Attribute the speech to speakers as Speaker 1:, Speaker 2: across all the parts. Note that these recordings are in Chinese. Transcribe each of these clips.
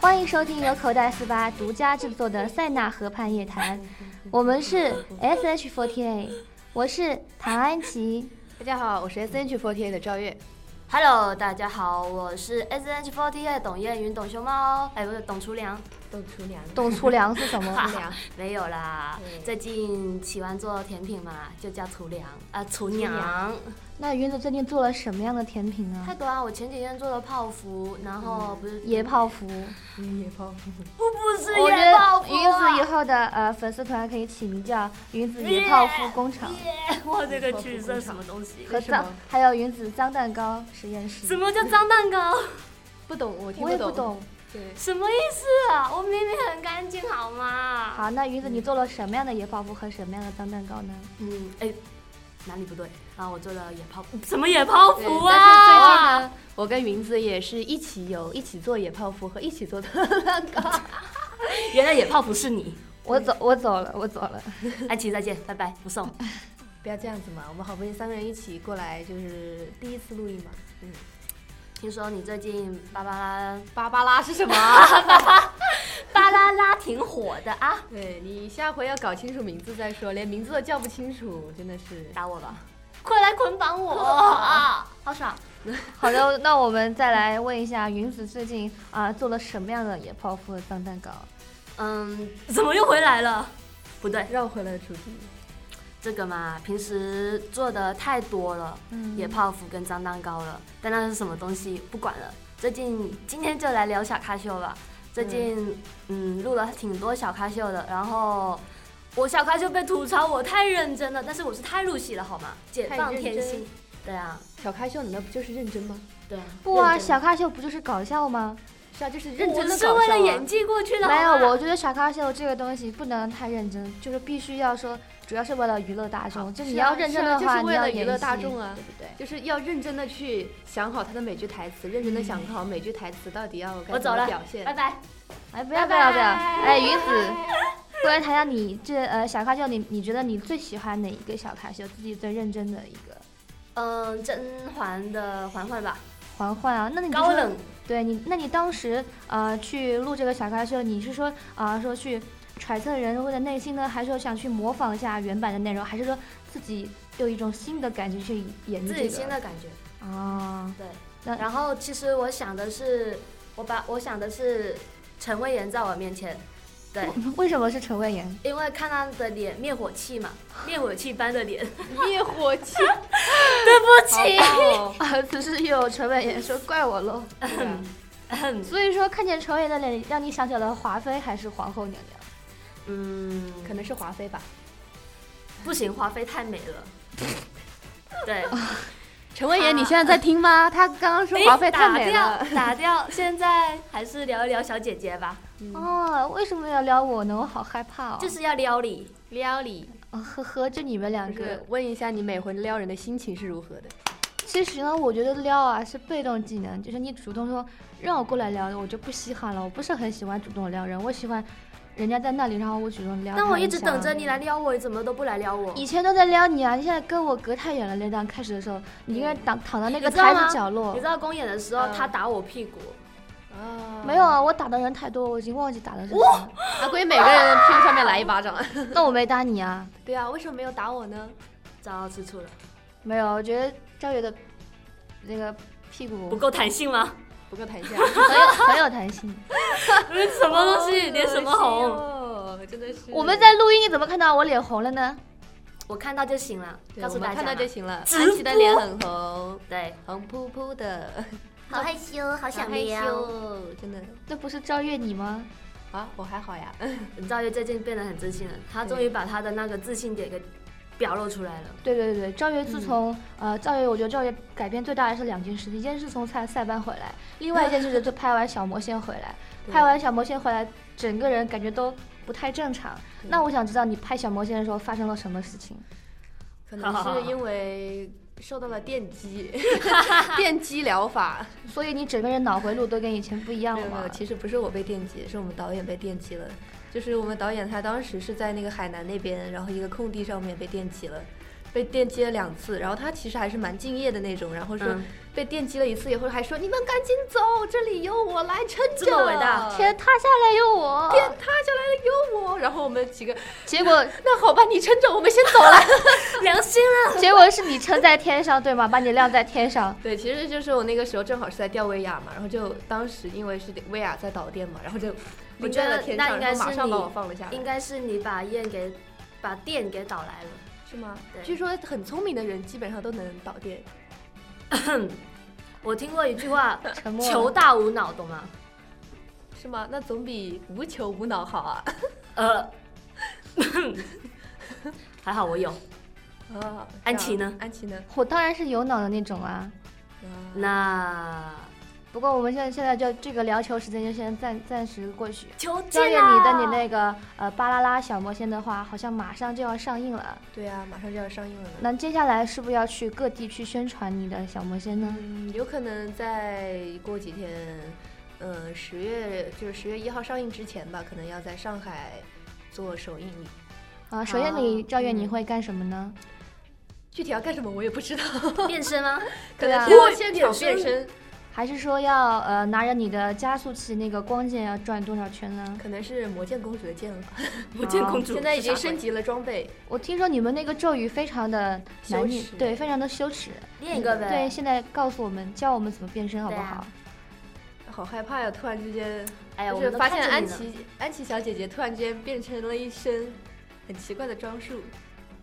Speaker 1: 欢迎收听由口袋四八独家制作的《塞纳河畔夜谈》，我们是 S H forty，我是唐安琪。
Speaker 2: 大家好，我是 S H forty 的赵月。
Speaker 3: Hello，大家好，我是 S H forty 的董燕云、董熊猫，哎，不是董厨良，
Speaker 2: 董厨良，
Speaker 1: 董粗粮是什
Speaker 2: 厨嗯
Speaker 1: 么？
Speaker 2: 良，
Speaker 3: 没有啦
Speaker 2: 对，
Speaker 3: 最近喜欢做甜品嘛，就叫厨娘啊，厨
Speaker 2: 厨
Speaker 3: 娘
Speaker 2: 娘
Speaker 1: 那云子最近做了什么样的甜品啊
Speaker 3: 太？多啊！我前几天做了泡芙，然后不是
Speaker 1: 野，泡芙，
Speaker 2: 嗯，也泡芙。
Speaker 3: 不不是
Speaker 1: 我觉
Speaker 3: 野泡
Speaker 1: 得
Speaker 3: 芙、
Speaker 1: 云
Speaker 3: 啊，
Speaker 1: 子以后的呃粉丝团可以起名叫“云子野泡芙工厂
Speaker 3: 耶我这个取是什么东”西？
Speaker 1: 和
Speaker 2: 为什么
Speaker 1: 脏，还有云子脏蛋糕实验
Speaker 3: 什
Speaker 1: 室。
Speaker 3: 么叫脏蛋糕？
Speaker 2: 不懂，我听
Speaker 1: 我也不
Speaker 2: 懂。
Speaker 1: 懂。
Speaker 2: 对，
Speaker 3: 什么意思啊？我明明很干净好吗？
Speaker 1: 好，那云子你做了什么样的野泡芙和什么样的脏蛋糕呢？
Speaker 3: 嗯，哎，哪里不对啊？我做了野泡芙，什么野泡
Speaker 2: 对
Speaker 3: 芙
Speaker 2: 但
Speaker 3: 啊？
Speaker 2: 是最近呢，我跟云子也是一起有一起做野泡芙和一起做 蛋糕。
Speaker 3: 原来野泡芙是你。
Speaker 1: 我走，我走了，我走了。
Speaker 3: 安琪再见，拜拜，不送。
Speaker 2: 不要这样子嘛，我们好不容易三个人一起过来，就是第一次录音嘛。嗯，
Speaker 3: 听说你最近芭芭拉
Speaker 2: 芭芭拉是什 么？
Speaker 3: 芭拉拉挺火的啊，
Speaker 2: 对你下回要搞清楚名字再说，连名字都叫不清楚，真的是。
Speaker 3: 打我吧，快来捆绑 我啊！好爽。
Speaker 1: 好的，那我们再来问一下云子最近啊、做了什么样的野泡芙和脏蛋糕？
Speaker 3: 嗯，怎么又回来了？不对，
Speaker 2: 绕回了主题。
Speaker 3: 这个嘛，平时做的太多了，
Speaker 1: 嗯
Speaker 3: 野泡芙跟脏蛋糕了，但那是什么东西不管了。最近今天就来聊小咖秀吧。最近嗯录了挺多小咖秀的，然后我小咖秀被吐槽我太认真了，但是我是太入戏了好吗？解
Speaker 2: 太
Speaker 3: 放
Speaker 2: 认
Speaker 3: 天
Speaker 2: 真
Speaker 3: 性。对啊，
Speaker 2: 小开秀，难道不就是认真吗？
Speaker 3: 对啊。
Speaker 1: 不啊，
Speaker 2: 认真
Speaker 1: 小咖秀不就是搞笑吗？
Speaker 2: 是啊，就是认真的
Speaker 3: 我是为了演
Speaker 2: 演
Speaker 3: 技过去的。
Speaker 1: 啊没有，
Speaker 3: 好吗
Speaker 1: 我觉得小咖秀这个东西不能太认真，就是必须要说，主要是为了娱乐大众。就你要认真的
Speaker 2: 是
Speaker 1: 话，
Speaker 2: 啊就是
Speaker 1: 你
Speaker 2: 为
Speaker 1: 要
Speaker 2: 了
Speaker 1: 演
Speaker 2: 娱乐大
Speaker 1: 戏
Speaker 2: 众啊
Speaker 1: 对不对？
Speaker 2: 就是要认真的去想好他的每句台词，认真的想好每句台词到底要该
Speaker 3: 我
Speaker 2: 怎
Speaker 3: 走
Speaker 2: 么
Speaker 3: 了
Speaker 2: 表现
Speaker 3: 拜。拜。
Speaker 1: 哎，不要不
Speaker 3: 拜
Speaker 1: 要
Speaker 3: 拜
Speaker 1: 不要！哎，云子，过来谈谈你这呃小咖秀你，你觉得你最喜欢哪一个小咖秀？自己最认真的一个
Speaker 3: 嗯，甄嬛的嬛嬛吧，
Speaker 1: 嬛嬛啊？那你就
Speaker 3: 高
Speaker 1: 说
Speaker 3: 冷
Speaker 1: 对你，那你当时呃去录这个小咖秀，你是说啊、呃说去揣测人物的内心呢，还是说想去模仿一下原版的内容，还是说自己有一种新的感觉去演绎
Speaker 3: 自
Speaker 1: 这
Speaker 3: 己
Speaker 1: 个
Speaker 3: 新的感觉。
Speaker 1: 啊？
Speaker 3: 对，
Speaker 1: 那
Speaker 3: 然后其实我想的是，我把我想的是陈魏延在我面前， 对，
Speaker 1: 为什么是陈蔚 妍？
Speaker 3: 因为看他的脸灭火器嘛，灭火器般的脸，
Speaker 2: 灭火 器，
Speaker 3: 对不起。
Speaker 2: 哦，
Speaker 1: 啊，此事又有陈蔚妍说怪我喽。
Speaker 2: 对啊
Speaker 1: 所以说看见陈蔚妍的脸，让你想起了华妃还是皇后娘娘？
Speaker 3: 嗯，
Speaker 2: 可能是华妃吧。
Speaker 3: 不行，华妃太美了。对，
Speaker 2: 陈文
Speaker 3: 妍
Speaker 2: 妍，
Speaker 3: 你
Speaker 2: 你
Speaker 3: 现
Speaker 2: 现
Speaker 3: 在
Speaker 2: 在在听吗？他刚刚说
Speaker 3: 诶
Speaker 2: 华妃太美
Speaker 3: 打
Speaker 2: 了。
Speaker 3: 掉，打掉。现在还是聊一聊小姐姐吧，
Speaker 1: 哦，为什么要撩我呢？我好害怕哦。
Speaker 3: 就是要撩你。
Speaker 2: 撩你，
Speaker 1: 啊呵呵，就你们两
Speaker 2: 就是
Speaker 1: 个。
Speaker 2: 问一下你每回撩人的心情是如何的？
Speaker 1: 其实呢，我觉得撩啊是被动技能，就是你主动说让我过来撩，我就不稀罕了。我不是很喜欢主动撩人，我喜欢人家在那里，然后我主动撩。
Speaker 3: 但我一直等着。你来撩我，你怎么都不来撩我？
Speaker 1: 以前都在撩你啊，你现在跟我隔太远了。那档开始的时候，你一个人躺躺到那个
Speaker 3: 你知道
Speaker 1: 台
Speaker 3: 吗
Speaker 1: 子角落
Speaker 3: 你知。道公演的时候
Speaker 2: 嗯
Speaker 3: 他打我屁股，
Speaker 2: 啊
Speaker 1: 没有啊，我打的人太多，我已经忘记打的是谁了。
Speaker 2: 阿龟每个人屁股上面来一巴掌。
Speaker 1: 那我没打你啊，
Speaker 2: 对啊，为什么没有打我呢？
Speaker 3: 找到吃醋了，
Speaker 1: 没有。我觉得赵月的那个屁股
Speaker 3: 不够弹性吗？
Speaker 2: 不够 台下，
Speaker 1: 很有很有弹 性。
Speaker 3: 什么东西？脸什么
Speaker 2: 哦
Speaker 3: 红？
Speaker 2: 红？真的是。
Speaker 1: 我们在录音，你怎么看到我脸红了呢？
Speaker 3: 我看到就行了，
Speaker 2: 对
Speaker 3: 告诉
Speaker 2: 我们
Speaker 3: 大家
Speaker 2: 看到
Speaker 3: 嘛
Speaker 2: 就行了。
Speaker 3: 直
Speaker 2: 安琪的脸很红，
Speaker 3: 对，
Speaker 2: 红扑扑的，
Speaker 3: 好啊害羞，
Speaker 2: 好害。
Speaker 3: 好
Speaker 2: 羞，真的
Speaker 1: 这不是赵月你吗？
Speaker 2: 啊，我还好 呀。
Speaker 3: 赵月最近变得很自信了，她终于把她的那个自信点给表露出来了。
Speaker 1: 对对对，赵
Speaker 2: 嗯
Speaker 1: 月自从、呃赵月，我觉得赵月改变最大的是两件事，一件事从赛塞班回来，另外一件 事就就拍完小魔仙回来，
Speaker 2: 对
Speaker 1: 拍完小魔仙回来，整个人感觉都不太正常。
Speaker 2: 对
Speaker 1: 那我想知道你拍小魔仙的时候发生了什么事情？
Speaker 2: 可能是因为受到了电击， 电击疗法。
Speaker 1: 所以你整个人脑回路都跟以前不一样
Speaker 2: 没
Speaker 1: 了
Speaker 2: 有没
Speaker 1: 吗
Speaker 2: 有，？其实不是我被电击，是我们导演被电击了。就是我们导演他当时是在那个海南那边，然后一个空地上面被电击了，被电击了两次。然后他其实还是蛮敬业的那种，然后说
Speaker 3: 嗯
Speaker 2: 被电击了一次以后，还说你们赶紧走，这里有我来撑着。
Speaker 3: 这么伟 大
Speaker 1: 天塌下来有我，
Speaker 2: 天塌下来了有我。然后我们几个，
Speaker 1: 结果
Speaker 2: 那好吧，你撑着，我们先走了。
Speaker 3: 良心啊了。
Speaker 1: 结果是你撑在天上，对吗？把你晾在天上，
Speaker 2: 对，其实就是我那个时候正好是在吊威亚嘛，然后就当时因为是威亚在导电嘛，然后就
Speaker 3: 我
Speaker 2: 拎
Speaker 3: 觉
Speaker 2: 在了
Speaker 3: 得
Speaker 2: 天
Speaker 3: 那
Speaker 2: 上，
Speaker 3: 应
Speaker 2: 然
Speaker 3: 该
Speaker 2: 后马
Speaker 3: 是
Speaker 2: 上
Speaker 3: 你
Speaker 2: 把我放了下来，
Speaker 3: 应该是你把焰给把电给导来了。
Speaker 2: 是吗
Speaker 3: 对？
Speaker 2: 据说很聪明的人基本上都能导电，
Speaker 3: 我听过一句 话，
Speaker 1: 沉默了。
Speaker 3: 球大无脑，懂吗？
Speaker 2: 是吗？那总比无球无脑好啊。
Speaker 3: 呃， 还好我有。
Speaker 2: 啊，
Speaker 3: 安琪呢？
Speaker 2: 安琪呢？
Speaker 1: 我当然是有脑的那种啊。
Speaker 2: 啊
Speaker 3: 那
Speaker 1: 不过我们现在现在就这个聊球时间就先暂暂时过去。
Speaker 3: 球
Speaker 1: 教
Speaker 3: 进
Speaker 1: 练，
Speaker 3: 啦
Speaker 1: 你的你那个呃《巴啦啦小魔仙》的话，好像马上就要上映了。
Speaker 2: 对啊，马上就要上映了呢。
Speaker 1: 那接下来是不是要去各地去宣传你的小魔仙呢？
Speaker 2: 嗯，有可能再过几天，嗯，十月就是十月一号上映之前吧，可能要在上海做首映礼。
Speaker 1: 啊，首先你
Speaker 3: 哦
Speaker 1: 赵月你
Speaker 2: 嗯
Speaker 1: 会干什么呢？
Speaker 2: 具体要干什么我也不知道，
Speaker 3: 变身吗？
Speaker 2: 可
Speaker 1: 对
Speaker 2: 能
Speaker 1: 啊
Speaker 2: 是要现场变
Speaker 3: 变
Speaker 2: 身，
Speaker 1: 还是说要呃拿着你的加速器那个光剑要转多少圈呢？
Speaker 2: 可能是魔剑公主的剑了。
Speaker 3: 魔剑公 主
Speaker 2: 现在已经升
Speaker 3: 级，
Speaker 2: 级了装备，
Speaker 1: 我听说你们那个咒语非常的难
Speaker 2: 羞
Speaker 1: 念，
Speaker 2: 耻
Speaker 1: 对，非常的羞耻。
Speaker 3: 练一个呗。
Speaker 1: 对，，现在告诉我们，教我们怎么变身好不
Speaker 3: 对
Speaker 1: 好？
Speaker 3: 啊
Speaker 2: 好害怕呀！突然之间，
Speaker 3: 哎呀，
Speaker 2: 就
Speaker 3: 我
Speaker 2: 是
Speaker 3: 们都
Speaker 2: 发
Speaker 3: 看
Speaker 2: 现
Speaker 3: 着
Speaker 2: 安
Speaker 3: 你了，
Speaker 2: 琪安琪小姐姐突然之间变成了一身很奇怪的装束。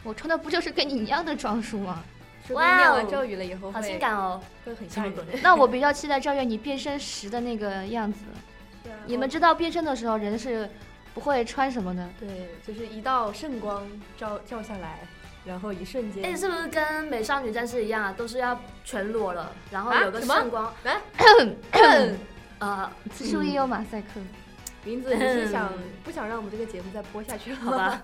Speaker 1: 我穿的不就是跟你一样的装束吗？
Speaker 2: 说不定
Speaker 3: 哇
Speaker 2: 念
Speaker 3: 哦
Speaker 2: 完咒语了以后
Speaker 3: 好
Speaker 2: 会
Speaker 3: 性感哦。
Speaker 2: 会很
Speaker 3: 什
Speaker 2: 吓
Speaker 3: 么
Speaker 2: 人
Speaker 3: 鬼。
Speaker 1: 那我比较期待赵月你变身时的那个样子。
Speaker 2: 对啊
Speaker 1: 你们知道变身的时候人是不会穿什么的，
Speaker 2: 对，就是一道圣光照照下来，然后一瞬间，
Speaker 3: 哎，是不是跟美少女战士一样啊？都是要全裸了，然后
Speaker 2: 啊
Speaker 3: 有个
Speaker 2: 什么
Speaker 3: 圣光， 呃，
Speaker 1: 此处应有马赛克。
Speaker 2: 啊 名字你是想不想让我们这个节目再播下去了？
Speaker 3: 好吧，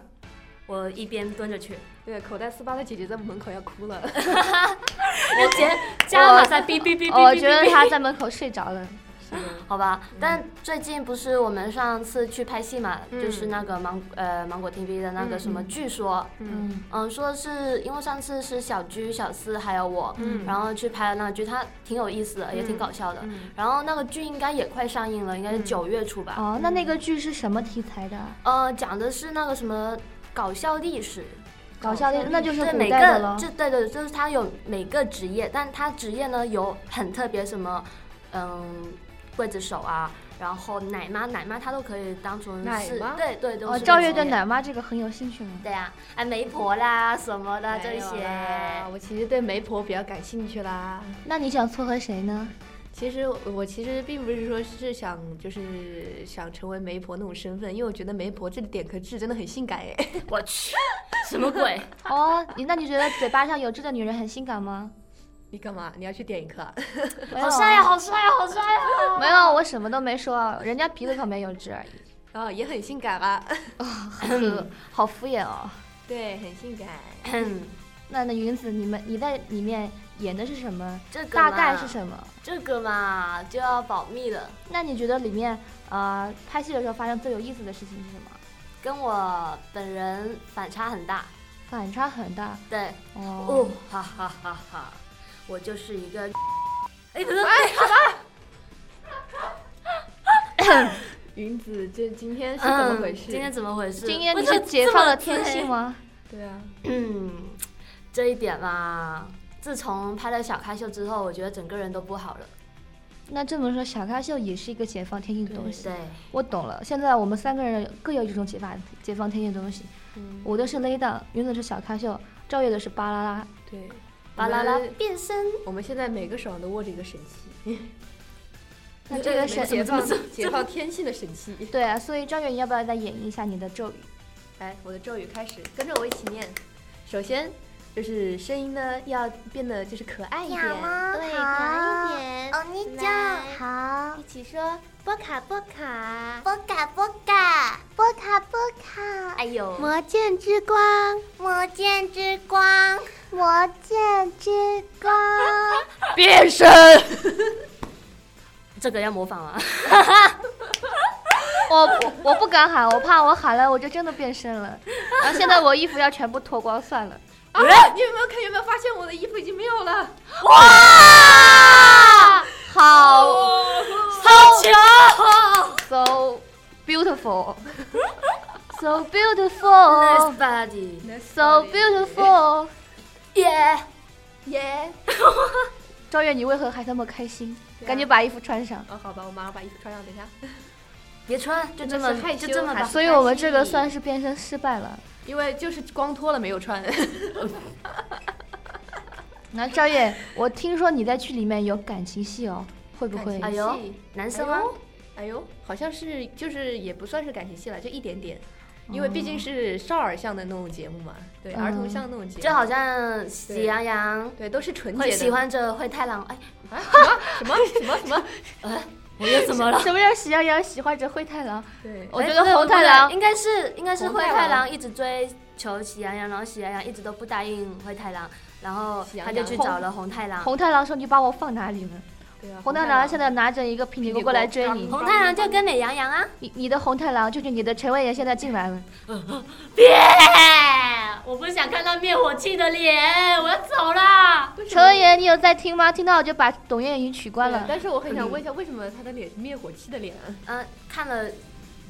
Speaker 3: 我一边蹲 着去，
Speaker 2: 对，口袋四八的姐姐在门口要哭了。
Speaker 3: 我姐加了马赛，哔哔哔哔哔哔。
Speaker 1: 哦我觉得他在门口睡着了。
Speaker 2: 是的，
Speaker 3: 好吧，但最近不是我们上次去拍戏嘛，
Speaker 2: 嗯
Speaker 3: 就是那个芒呃芒果 TV 的那个什么，
Speaker 1: 嗯
Speaker 3: 据说，
Speaker 2: 嗯，
Speaker 3: 嗯，说是因为上次是小居、小四还有我，
Speaker 2: 嗯
Speaker 3: 然后去拍了那个剧，它挺有意思的，也挺搞笑的。
Speaker 2: 嗯
Speaker 3: 然后那个剧应该也快上映了，应该是
Speaker 2: 嗯
Speaker 3: 九月初吧。
Speaker 1: 哦，那那个剧是什么题材的？啊
Speaker 3: 呃，讲的是那个什么搞笑历史，
Speaker 1: 搞笑
Speaker 2: 搞
Speaker 1: 的
Speaker 2: 笑，
Speaker 1: 那就是
Speaker 3: 对
Speaker 1: 古
Speaker 3: 每
Speaker 1: 代的
Speaker 3: 个
Speaker 1: 喽。
Speaker 3: 就对对，就是他有每个职业，但他职业呢有很特别什么，嗯，刽子手啊，然后奶妈奶妈她都可以当成
Speaker 2: 奶
Speaker 3: 是，
Speaker 2: 妈
Speaker 3: 对对都
Speaker 1: 哦，
Speaker 3: 是
Speaker 1: 赵
Speaker 3: 个
Speaker 1: 月
Speaker 3: 职
Speaker 1: 对
Speaker 3: 业
Speaker 1: 奶妈这个很有兴趣吗？
Speaker 3: 对啊，哎媒婆啦什么的这
Speaker 2: 没有
Speaker 3: 些，
Speaker 2: 啦我其实对媒婆比较感兴趣啦。
Speaker 1: 那你想撮合谁 呢？
Speaker 2: 其实我我其实并不是说是想就是想成为媒婆那种身份，因为我觉得媒婆这点和痣真的很性感哎。
Speaker 3: 我去，什么鬼？
Speaker 1: 哦，你那你觉得嘴巴上有痣的女人很性感吗？
Speaker 2: 你干嘛？你要去点一颗啊？
Speaker 1: 没有
Speaker 3: 好
Speaker 1: 啊
Speaker 3: 帅呀、啊好帅呀、好帅呀、
Speaker 1: 没有，啊我什么都没说啊，人家鼻子旁边有痣而已。
Speaker 2: 然后也很性感啊。
Speaker 1: 呵好敷衍哦。
Speaker 2: 对，很性感。
Speaker 3: 嗯
Speaker 1: 那那云子，你们你在里面演的是什么？
Speaker 3: 这个
Speaker 1: 大概是
Speaker 3: 么？
Speaker 1: 什么？
Speaker 3: 这个嘛就要保密了。
Speaker 1: 那你觉得里面呃拍戏的时候发生最有意思的事情是什么？
Speaker 3: 跟我本人反差很大，
Speaker 1: 反差很大
Speaker 3: 对，
Speaker 1: 哦
Speaker 3: 哦，哈哈哈哈，我就是一个，哎，不是，
Speaker 2: 云子，这今天是怎么回事？
Speaker 3: 嗯今天怎么回事？
Speaker 1: 今天
Speaker 3: 我
Speaker 1: 你
Speaker 3: 就是
Speaker 1: 解
Speaker 3: 这
Speaker 1: 放
Speaker 3: 么
Speaker 1: 了天性吗？
Speaker 2: 对啊，
Speaker 3: 醉？嗯，这一点嘛，自从拍了小咖秀之后，我觉得整个人都不好了。
Speaker 1: 那这么说，小咖秀也是一个解放天性的东西。
Speaker 3: 对，
Speaker 1: 我懂了，现在我们三个人各有一种解放解放天性的东西。
Speaker 2: 嗯，
Speaker 1: 我的是勒档，云子是小咖秀，赵月的是巴啦啦。
Speaker 2: 对，
Speaker 3: 巴啦啦
Speaker 2: 我们
Speaker 3: 变身，
Speaker 2: 我们现在每个手上都握着一个神器，
Speaker 1: 那这个
Speaker 2: 解
Speaker 1: 是
Speaker 2: 放解放天性的神器。
Speaker 1: 对啊，所以赵月，你要不要再演绎一下你的咒语？
Speaker 2: 来，我的咒语开始，跟着我一起念。首先就是声音呢要变得就是可爱一点，
Speaker 4: 对，可爱一点。
Speaker 5: 欧尼酱
Speaker 4: 来
Speaker 5: 好
Speaker 4: 一，起说波卡波卡，
Speaker 5: 波卡波卡，波卡波卡，
Speaker 3: 哎呦，
Speaker 4: 魔剑之光，
Speaker 5: 魔剑之光，魔剑之光，
Speaker 2: 变身。
Speaker 3: 这个要模仿啊！
Speaker 1: 我 我我不敢喊，我怕我喊了我就真的变身了。然后现在我衣服要全部脱光算了。
Speaker 2: 啊！你有没有看？有没有发现我的衣服已经没有了？
Speaker 3: 啊
Speaker 1: 好
Speaker 2: 哦，
Speaker 3: 好巧
Speaker 1: so beautiful。So beautiful,
Speaker 3: ，Nice body，
Speaker 1: so beautiful。
Speaker 3: 耶！
Speaker 2: 耶！
Speaker 1: 赵月，你为何还那么开心？
Speaker 2: 对啊
Speaker 1: 赶紧把衣服穿上。
Speaker 2: 啊，好吧，我马上把衣服穿上，等一下，
Speaker 3: 别穿，就这么
Speaker 2: 真的是害羞
Speaker 3: 就这么
Speaker 2: 还
Speaker 3: 吧
Speaker 2: 是。
Speaker 1: 所以我们这个算是变身失败了。
Speaker 2: 因为就是光脱了没有 穿。哎
Speaker 1: 那赵月，我听说你在剧里面有感情戏哦，会不会
Speaker 2: 感情
Speaker 3: 哎
Speaker 2: 戏
Speaker 3: 呦，男生啊吗
Speaker 2: 哎？呦哎呦，好像是就是也不算是感情戏了，就一点点，
Speaker 3: 哦
Speaker 2: 因为毕竟是少儿向的那种节目嘛，对，
Speaker 1: 嗯
Speaker 2: 儿童向那种节目，
Speaker 3: 就好像喜羊羊
Speaker 2: 对，都是纯洁
Speaker 3: 会
Speaker 2: 的。
Speaker 3: 喜欢着灰太狼，哎，
Speaker 2: 啊什么什么什么什 么？
Speaker 3: 我又怎么
Speaker 2: 哎
Speaker 3: 了？
Speaker 1: 什么叫喜羊羊喜欢着灰太狼？
Speaker 2: 对，
Speaker 1: 我
Speaker 3: 哎
Speaker 1: 觉得
Speaker 3: 不对
Speaker 1: 红
Speaker 3: 不对
Speaker 1: 太狼
Speaker 3: 应该是应该是
Speaker 2: 红
Speaker 3: 灰
Speaker 2: 太狼
Speaker 3: 太狼一直追求喜羊羊，然后喜羊羊一直都不答应灰太狼，然后
Speaker 2: 喜羊
Speaker 3: 他
Speaker 2: 羊
Speaker 3: 就去
Speaker 1: 红
Speaker 3: 找了红太狼。
Speaker 1: 红太狼说：“你把我放哪里了
Speaker 2: 对啊？”，
Speaker 1: 红太
Speaker 2: 狼
Speaker 1: 狼现在拿着一个平底锅过来追
Speaker 2: 啊
Speaker 1: 你，
Speaker 3: 红太狼就跟美羊羊啊，
Speaker 1: 你你的红太狼就是你的陈伟言现在进来了。
Speaker 3: 别！我不想看到灭火器的脸，我要走了。
Speaker 1: 陈伟言，你有在听吗？听到我就把董月云取关
Speaker 2: 对
Speaker 1: 了。
Speaker 2: 但是我很想问一下，为什么他的脸是灭火器的脸啊？
Speaker 3: 嗯，看了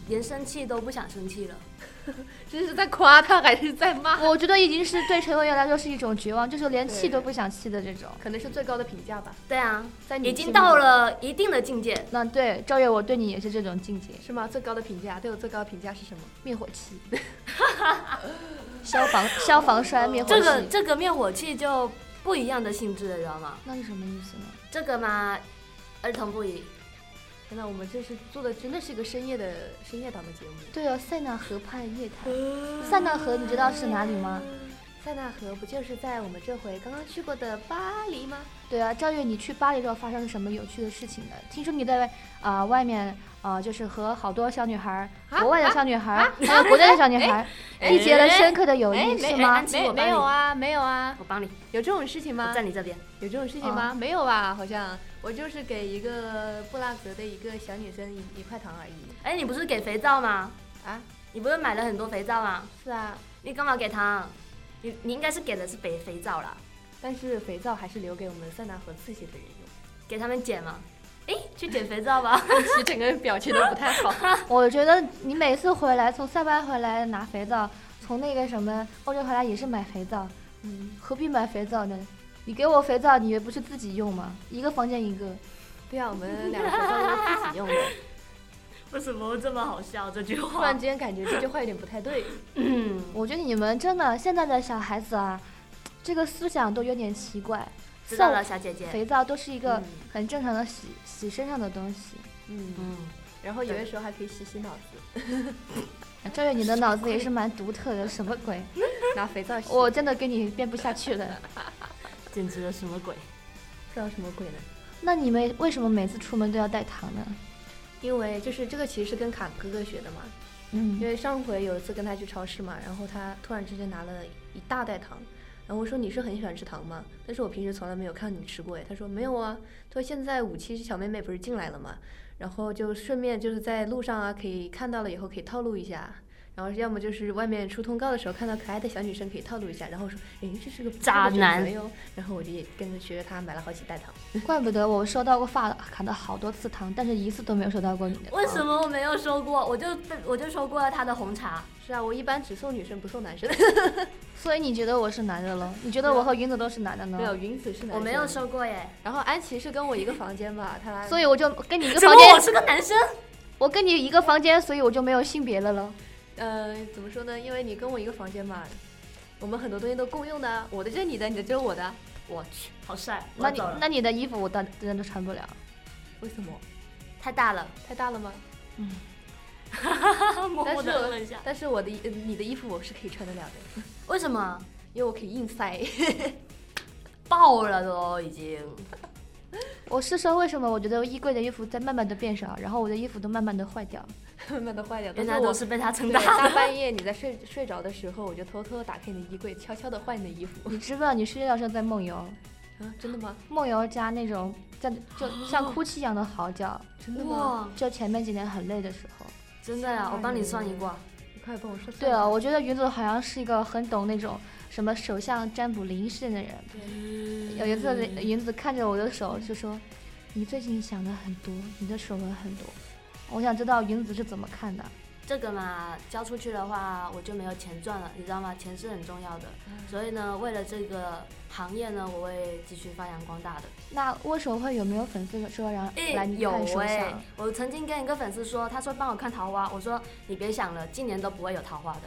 Speaker 3: 连生气都不想生气了。
Speaker 2: 这是在夸他还是在骂？
Speaker 1: 我觉得已经是对陈伟言来说是一种绝望，就是连
Speaker 2: 对
Speaker 1: 气都不想气的这种。
Speaker 2: 可能是最高的评价吧，
Speaker 3: 对啊，
Speaker 2: 在你
Speaker 3: 已
Speaker 2: 心
Speaker 3: 经
Speaker 2: 目
Speaker 3: 到
Speaker 2: 中
Speaker 3: 了一定的境界。
Speaker 1: 那对赵月，我对你也是这种境界。
Speaker 2: 是吗？最高的评价对我最高的评价是什么？
Speaker 1: 灭火 器，消防消防栓灭火器，
Speaker 3: 这个这个灭火器就不一样的性质了，知道吗？
Speaker 1: 那是什么意思呢？
Speaker 3: 这个嘛，儿童不宜。
Speaker 2: 天呐，我们这是做的真的是一个深夜的深夜档的节目。
Speaker 1: 对哦，塞纳河畔夜
Speaker 3: 嗯
Speaker 1: 谈，塞纳河你知道是哪里吗？
Speaker 2: 塞纳河不就是在我们这回刚刚去过的巴黎吗？
Speaker 1: 对啊，赵月，你去巴黎之后发生什么有趣的事情呢？听说你在外啊、外面啊、就是和好多小女孩儿，
Speaker 2: 啊哎
Speaker 1: 国外的小女孩儿，还有国内的小女孩儿，哎缔结了深刻的友谊，是吗？
Speaker 3: 安琪
Speaker 2: 没
Speaker 3: 我帮
Speaker 2: 没有
Speaker 3: 你
Speaker 2: 啊，没有啊，
Speaker 3: 我帮你，
Speaker 2: 有这种事情
Speaker 3: 我
Speaker 2: 吗
Speaker 3: 在？你这边。
Speaker 2: 有这种事情吗？没有吧，好像我就是给一个布拉格的一个小女生一一块糖而已
Speaker 3: 哎，你不是给肥皂吗？
Speaker 2: 啊。
Speaker 3: 你不是买了很多肥皂吗？
Speaker 2: 是啊，
Speaker 3: 你干嘛给他？你你应该是给的是肥肥皂啦，
Speaker 2: 但是肥皂还是留给我们塞纳河自己的人用。
Speaker 3: 给他们剪嘛。哎，去剪肥皂吧。
Speaker 2: 其实整个人表情都不太好。
Speaker 1: 我觉得你每次回来，从塞班回来拿肥皂，从那个什么欧洲回来也是买肥皂，
Speaker 2: 嗯，
Speaker 1: 何必买肥皂呢？你给我肥皂，你不是自己用吗？一个房间一个，
Speaker 2: 对啊，我们两个肥皂都是自 己用的。
Speaker 3: 为什么这么好笑这句
Speaker 2: 突
Speaker 3: 话
Speaker 2: 然之间感觉这句话有点不太对。
Speaker 3: 嗯，
Speaker 1: 我觉得你们真的现在的小孩子啊，这个思想都有点奇怪。
Speaker 3: 知道
Speaker 1: 送
Speaker 3: 了，小姐姐。
Speaker 1: 肥皂都是一个
Speaker 2: 嗯
Speaker 1: 很正常的洗洗身上的东西。
Speaker 2: 嗯，
Speaker 3: 嗯，
Speaker 2: 然后有的时候还可以洗洗脑子，
Speaker 3: 哎
Speaker 1: 赵月，你的脑子也是蛮独特的，什么鬼？
Speaker 2: 拿肥皂洗。
Speaker 1: 我真的跟你编不下去 了。
Speaker 3: 简直了，什么鬼？
Speaker 2: 不知道什么鬼呢？
Speaker 1: 那你们为什么每次出门都要带糖呢？
Speaker 2: 因为就是这个其实是跟卡哥哥学的嘛，
Speaker 1: 嗯，
Speaker 2: 因为上回有一次跟他去超市嘛，然后他突然之间拿了一大袋糖，然后我说你是很喜欢吃糖吗？但是我平时从来没有看你吃过诶，他说没有啊，他说现在五七小妹妹不是进来了嘛，然后就顺便就是在路上啊可以看到了以后可以套路一下。然后要么就是外面出通告的时候看到可爱的小女生可以套路一下，然后我说，诶，这是个不错的
Speaker 3: 渣
Speaker 2: 选择
Speaker 3: 男
Speaker 2: 哟，然后我就也跟着学着他买了好几袋糖。
Speaker 1: 怪不得我收到过发卡的好多次糖，但是一次都没有收到过你的。
Speaker 3: 为什？么我没有收过？我就被我就收过了他的红茶。
Speaker 2: 是啊，我一般只送女生不送男生。
Speaker 1: 所以你觉得我是男的喽？你觉
Speaker 3: 啊
Speaker 1: 得我和云子都是男的呢？
Speaker 2: 没有，云子是男生。
Speaker 3: 我没有。收过耶。
Speaker 2: 然后安琪是跟我一个房间吧， 她
Speaker 1: 所
Speaker 2: 以
Speaker 1: 以我就跟你一个
Speaker 3: 怎
Speaker 1: 房
Speaker 3: 么我
Speaker 1: 间，
Speaker 3: 是个男生？
Speaker 1: 我跟你一个房间，所以我就没有性别了喽。
Speaker 2: 呃怎么说呢？因为你跟我一个房间嘛，我们很多东西都共用的啊，我的就是你的，你的就是我的啊，
Speaker 3: 我去，好帅！我
Speaker 1: 那
Speaker 3: 要
Speaker 1: 你
Speaker 3: 走了，
Speaker 1: 那你的衣服我当真的都穿不了。
Speaker 2: 为什么？
Speaker 3: 太大 了，
Speaker 2: 太大了吗？
Speaker 3: 默
Speaker 2: 但是
Speaker 3: 默的问一下
Speaker 2: 我，但是我的衣呃你的衣服我是可以穿得了的，
Speaker 3: 为什么
Speaker 2: 因为我可以硬塞。
Speaker 3: 爆了都已经？
Speaker 1: 我是说，为什么我觉得衣柜的衣服在慢慢的变少，然后我的衣服都慢慢的坏掉？
Speaker 2: 慢慢的坏掉，但
Speaker 3: 原来
Speaker 2: 我
Speaker 3: 都是被他撑
Speaker 2: 对
Speaker 3: 大
Speaker 2: 大
Speaker 3: 的。
Speaker 2: 半夜你在睡睡着的时候，我就偷偷的打开你的衣柜，悄悄的换你的衣服
Speaker 1: 你知不知道你睡觉的时候在梦游，
Speaker 2: 啊？真的吗？
Speaker 1: 梦游加那种在就像哭泣一样的嚎叫，
Speaker 2: 真的吗？
Speaker 3: 哇，啊
Speaker 1: 就前面几年很累的时候。
Speaker 3: 真的呀！我帮你算一卦，
Speaker 2: 你快帮我说。
Speaker 1: 啊对啊，，我觉得云总好像是一个很懂那种什么手相占卜灵异事件的人。
Speaker 2: 嗯
Speaker 1: 有一次，
Speaker 3: 嗯
Speaker 1: 银子看着我的手就说：“你最近想的很多，你的手纹很多。”我想知道银子是怎么看的。
Speaker 3: 这个嘛，交出去的话，我就没有钱赚了，你知道吗？钱是很重要的，所以呢，为了这个行业呢，我会继续发扬光大的。
Speaker 1: 那握手会有没有粉丝说让
Speaker 3: 诶
Speaker 1: 来你
Speaker 3: 有
Speaker 1: 看手
Speaker 3: 哎、
Speaker 1: 相？
Speaker 3: 我曾经跟一个粉丝说，他说帮我看桃花，我说你别想了，今年都不会有桃花的。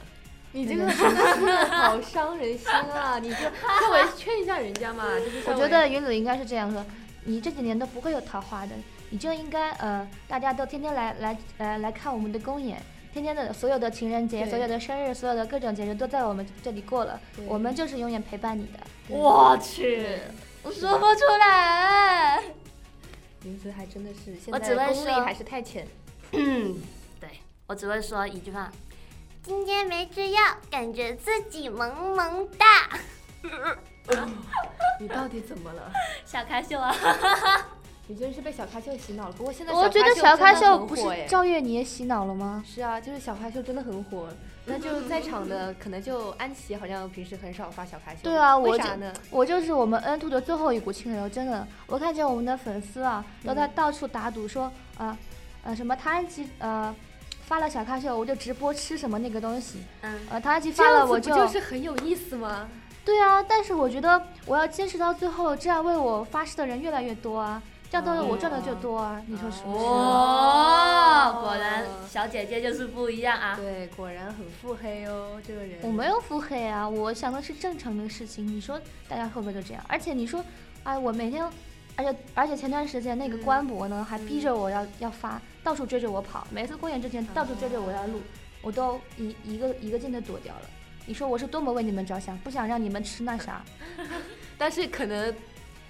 Speaker 2: 你 这个真的是好伤人心啊！你就稍微劝一下人家嘛，就是稍
Speaker 1: 我觉
Speaker 2: 微
Speaker 1: 得云子应该是这样说：你这几年都不会有桃花的，你就应该呃，大家都天天来来来来看我们的公演，天天的所有的情人节、
Speaker 2: 对
Speaker 1: 所有的生日、所有的各种节日都在我们这里过了
Speaker 2: 对，
Speaker 1: 我们就是永远陪伴你的。
Speaker 3: 我去，
Speaker 1: 我说不出来，
Speaker 2: 林子还真的是现
Speaker 3: 我只
Speaker 2: 在
Speaker 3: 会
Speaker 2: 功力
Speaker 3: 说
Speaker 2: 还是太浅。
Speaker 3: 对我只会说一句话，
Speaker 5: 今天没吃药，感觉自己萌萌哒。
Speaker 2: 你到底怎么了？
Speaker 3: 小开秀啊！
Speaker 2: 你真是被小咖秀洗脑了。不过现在
Speaker 1: 我觉得小
Speaker 2: 咖
Speaker 1: 咖
Speaker 2: 秀真的
Speaker 1: 秀
Speaker 2: 很
Speaker 1: 不是
Speaker 2: 火哎耶
Speaker 1: 赵月也洗脑了吗？
Speaker 2: 是啊，就是小咖秀真的很火。那就是在场 的可能就安琪，好像平时很少发小咖秀。
Speaker 1: 对啊我
Speaker 2: 为
Speaker 1: 就
Speaker 2: 啥呢？
Speaker 1: 我就是我们 N two 的最后一股清流，真的，我看见我们的粉丝啊，都在到处打赌说，啊、呃，什么唐安琪呃发了小咖秀，我就直播吃什么那个东西，
Speaker 3: 嗯，
Speaker 1: 呃，唐安琪
Speaker 2: 这
Speaker 1: 发
Speaker 2: 样
Speaker 1: 了
Speaker 2: 子
Speaker 1: 我
Speaker 2: 不就是很有意思吗？
Speaker 1: 对啊，但是我觉得我要坚持到最后，这样为我发誓的人越来越多啊，这样的我赚的就多啊，你说是不是？
Speaker 3: 嗯哦，果然小姐姐就是不一样啊！
Speaker 2: 对，果然很腹黑哦，这个人。
Speaker 1: 我没有腹黑啊，我想的是正常的事情。你说大家会不会都这样？而且你说，哎，我每天，而且而且前段时间那个官博呢，还逼着我要要发，到处追着我跑，每次公演之前到处追着我要录，我都一一个一个劲的躲掉了。你说我是多么为你们着想，不想让你们吃那啥？
Speaker 2: 但是可能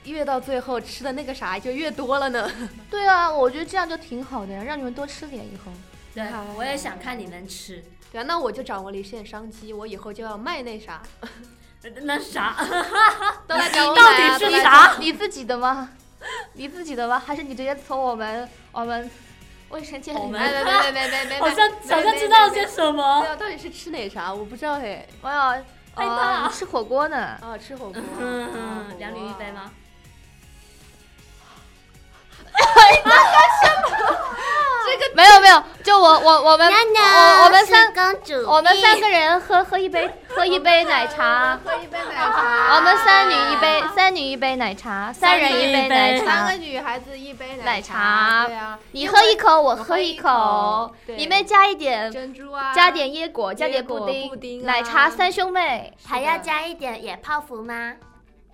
Speaker 2: 越到最后吃的那个啥就越多了呢。
Speaker 1: 对啊，我觉得这样就挺好的呀，让你们多吃点以后。
Speaker 3: 对
Speaker 2: 好，
Speaker 3: 我也想看你们吃，
Speaker 2: 对啊，那我就掌握了一线商机，我以后就要卖那啥。
Speaker 3: 那 啥，
Speaker 2: 都来找我
Speaker 3: 到底
Speaker 2: 买啊
Speaker 3: 是
Speaker 2: 都来
Speaker 3: 啥
Speaker 1: 你自己的吗？你自己的吗？还是你直接从我们我们卫生间里
Speaker 3: 我
Speaker 1: 面
Speaker 3: 们
Speaker 2: 哎，没没没没没没，
Speaker 3: 好像
Speaker 2: 没
Speaker 3: 好像知道些。什
Speaker 2: 没没没
Speaker 3: 么
Speaker 2: 对。啊，到底是吃哪啥？我不知道哎。
Speaker 1: 我有
Speaker 3: 害怕
Speaker 1: 呃吃火锅呢。
Speaker 2: 啊，吃火锅。啊
Speaker 3: 嗯，两女一杯？吗？
Speaker 1: 没有没有，就我我我 们
Speaker 5: 娜
Speaker 1: 我
Speaker 5: 娜，
Speaker 1: 我们三
Speaker 5: 是公主，
Speaker 1: 我们三个人喝喝一杯喝一杯
Speaker 2: 哎
Speaker 1: 奶 茶，
Speaker 2: 喝一杯奶茶。
Speaker 1: 我们三女一杯三女一杯奶茶，三人一杯奶
Speaker 2: 三
Speaker 1: 茶
Speaker 2: 个。女孩子一杯
Speaker 1: 奶
Speaker 2: 哎茶。
Speaker 1: 茶
Speaker 2: 对啊，
Speaker 1: 你喝一口，我喝一
Speaker 2: 我喝
Speaker 1: 口
Speaker 2: 一口，对
Speaker 1: 里面加一点
Speaker 2: 珍珠啊，
Speaker 1: 加点椰果，加
Speaker 2: 椰
Speaker 1: 点
Speaker 2: 果
Speaker 1: 布
Speaker 2: 布丁啊
Speaker 1: 丁，奶茶三兄妹。
Speaker 5: 还要加一点野泡芙吗？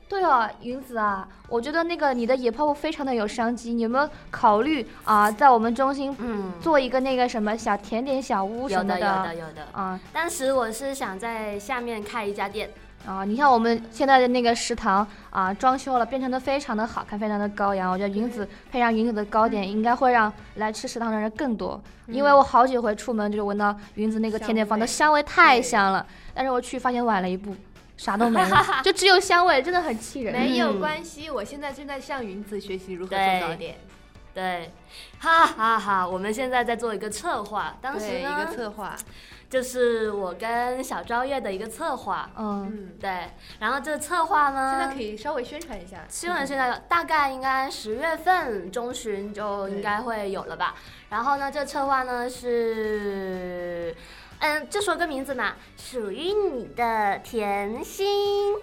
Speaker 1: 对了，云子啊，我觉得那个你的野泡芙非常的有商机，你有没有考虑啊、在我们中心
Speaker 3: 嗯，
Speaker 1: 做一个那个什么小甜点小屋什
Speaker 3: 有
Speaker 1: 么
Speaker 3: 的有的
Speaker 1: 的
Speaker 3: 有的。
Speaker 1: 啊
Speaker 3: 当时我是想在下面开一家店，
Speaker 1: 啊！你看我们现在的那个食堂啊，装修了，变成的非常的好看，非常的高雅。我觉得云子配上云子的糕点，应该会让来吃食堂的人更多，因为我好几回出门就是闻到云子那个甜点房的香味太香了，但是我去发现晚了一步，啥都没有，就只有香味，真的很气人。
Speaker 2: 没有
Speaker 3: 嗯
Speaker 2: 关系，我现在正在向云子学习如何
Speaker 3: 对
Speaker 2: 做糕点，
Speaker 3: 对，哈哈哈！我们现在在做一个策划，当时
Speaker 2: 对一
Speaker 3: 呢
Speaker 2: 个，策划。
Speaker 3: 就是我跟小昭月的一个策划，
Speaker 1: 嗯，
Speaker 2: 嗯，
Speaker 3: 对，然后这个策划呢，
Speaker 2: 现在可以稍微宣传一下。
Speaker 3: 新闻现在大概应该十月份中旬就应该会有了吧。然后呢，这策划呢是，嗯，就说个名字嘛，
Speaker 5: 属于你的甜心，
Speaker 2: 有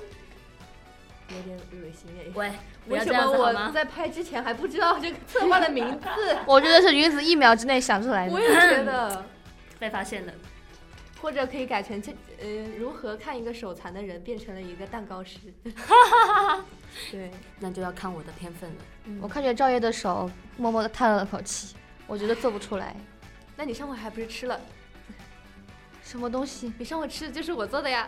Speaker 2: 点恶心哎。
Speaker 3: 喂，不
Speaker 2: 为
Speaker 3: 要
Speaker 2: 什
Speaker 3: 这样
Speaker 2: 么
Speaker 3: 子好吗
Speaker 2: 我？在拍之前还不知道这个策划的名字？
Speaker 1: 我觉得是云子一秒之内想出来的
Speaker 2: 我。也觉得，
Speaker 3: 被发现了，
Speaker 2: 或者可以改成这呃，如何看一个手残的人变成了一个蛋 糕师？对，
Speaker 3: 那就要看我的天分了。
Speaker 1: 我看着赵烨的手，默默的叹了口气，我觉得做不出来。
Speaker 2: 那你上回还不是吃了？
Speaker 1: 什么东西？
Speaker 2: 你上回吃的就是我做的呀，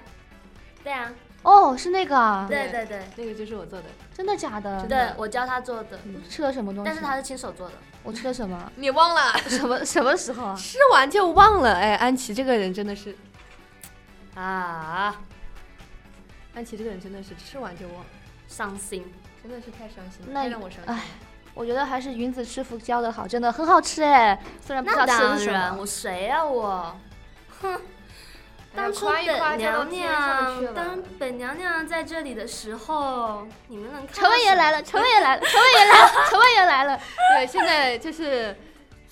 Speaker 3: 对啊，
Speaker 1: 哦，是那个啊，
Speaker 3: 对对对，
Speaker 2: 那个就是我做的。
Speaker 1: 真的假的？
Speaker 3: 对我教他做的，
Speaker 1: 吃了什么东西？
Speaker 3: 但是
Speaker 6: 嗯
Speaker 3: 他是亲手做的。
Speaker 1: 我吃了什么？
Speaker 2: 你忘了？
Speaker 1: 什么什么时候啊？
Speaker 2: 吃完就忘了。哎，安琪这个人真的是，
Speaker 3: 啊，
Speaker 2: 安琪这个人真的是吃完就忘，
Speaker 3: 伤心。
Speaker 2: 真的是太伤心了，
Speaker 1: 那
Speaker 2: 太让我伤心了
Speaker 1: 哎。我觉得还是云子师傅教的好，真的很好吃哎。虽然不知
Speaker 3: 那
Speaker 1: 道吃的
Speaker 3: 当
Speaker 1: 是什
Speaker 3: 然，
Speaker 1: 么，
Speaker 3: 我谁呀、我？哼，
Speaker 1: 哎
Speaker 3: 当初
Speaker 5: 夸一夸
Speaker 3: 本
Speaker 5: 叫到
Speaker 3: 娘
Speaker 5: 天上去了
Speaker 3: 娘，当本娘娘在这里的时候，你们能看
Speaker 1: 陈
Speaker 3: 到
Speaker 1: 委员
Speaker 3: 什么
Speaker 1: 来了，陈委员来了，陈委员来了，陈委员来了。对，现在就是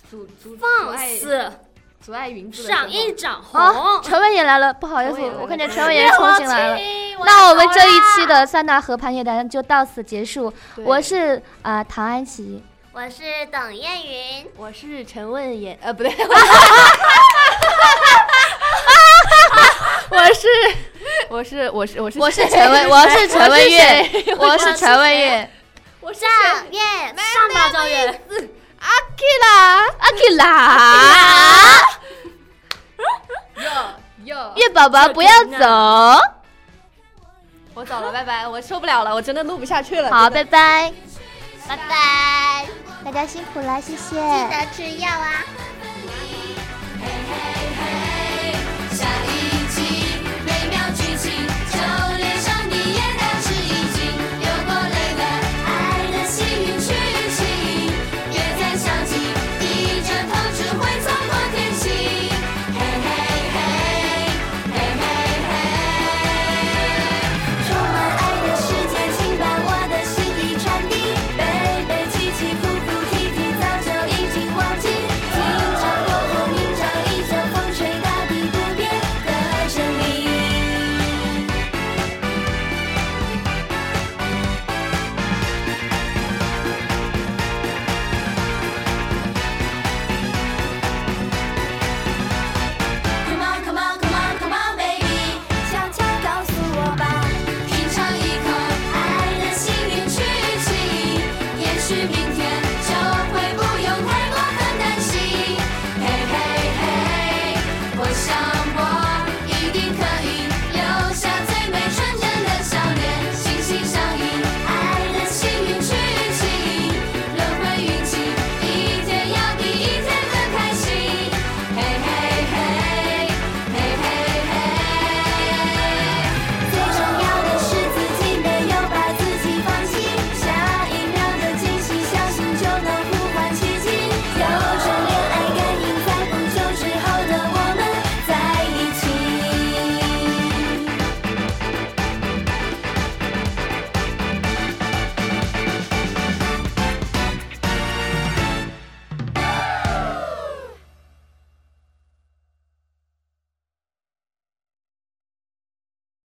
Speaker 1: 阻阻阻
Speaker 3: 放
Speaker 1: 碍
Speaker 3: 肆，
Speaker 1: 阻碍云字的时候
Speaker 3: 赏一掌
Speaker 1: 啊，
Speaker 3: 红。
Speaker 1: 陈伟也来了，不好意思，
Speaker 2: 陈伟也来了
Speaker 1: 我看见陈伟也冲进 来了。
Speaker 3: 啊
Speaker 1: 那我们这一期的酸辣河畔夜谈就到此结束。
Speaker 2: 对
Speaker 1: 我是啊、呃唐安琪，
Speaker 5: 我是董艳云，
Speaker 2: 我是陈问言，呃，不对，
Speaker 1: 我是
Speaker 2: 我是我是我 是
Speaker 1: 我 是陈文，我是陈文月， 我是陈文月。
Speaker 5: 上月上
Speaker 3: 上吧，赵月，
Speaker 1: 阿 Q 啦，
Speaker 2: 哟，
Speaker 1: 月宝宝不要走，
Speaker 2: 我走了，拜拜，我受不了了，我真的录不下去了。
Speaker 1: 好，拜拜。
Speaker 5: 拜拜，
Speaker 6: 大家辛苦啦，谢谢。
Speaker 5: 记得吃药啊。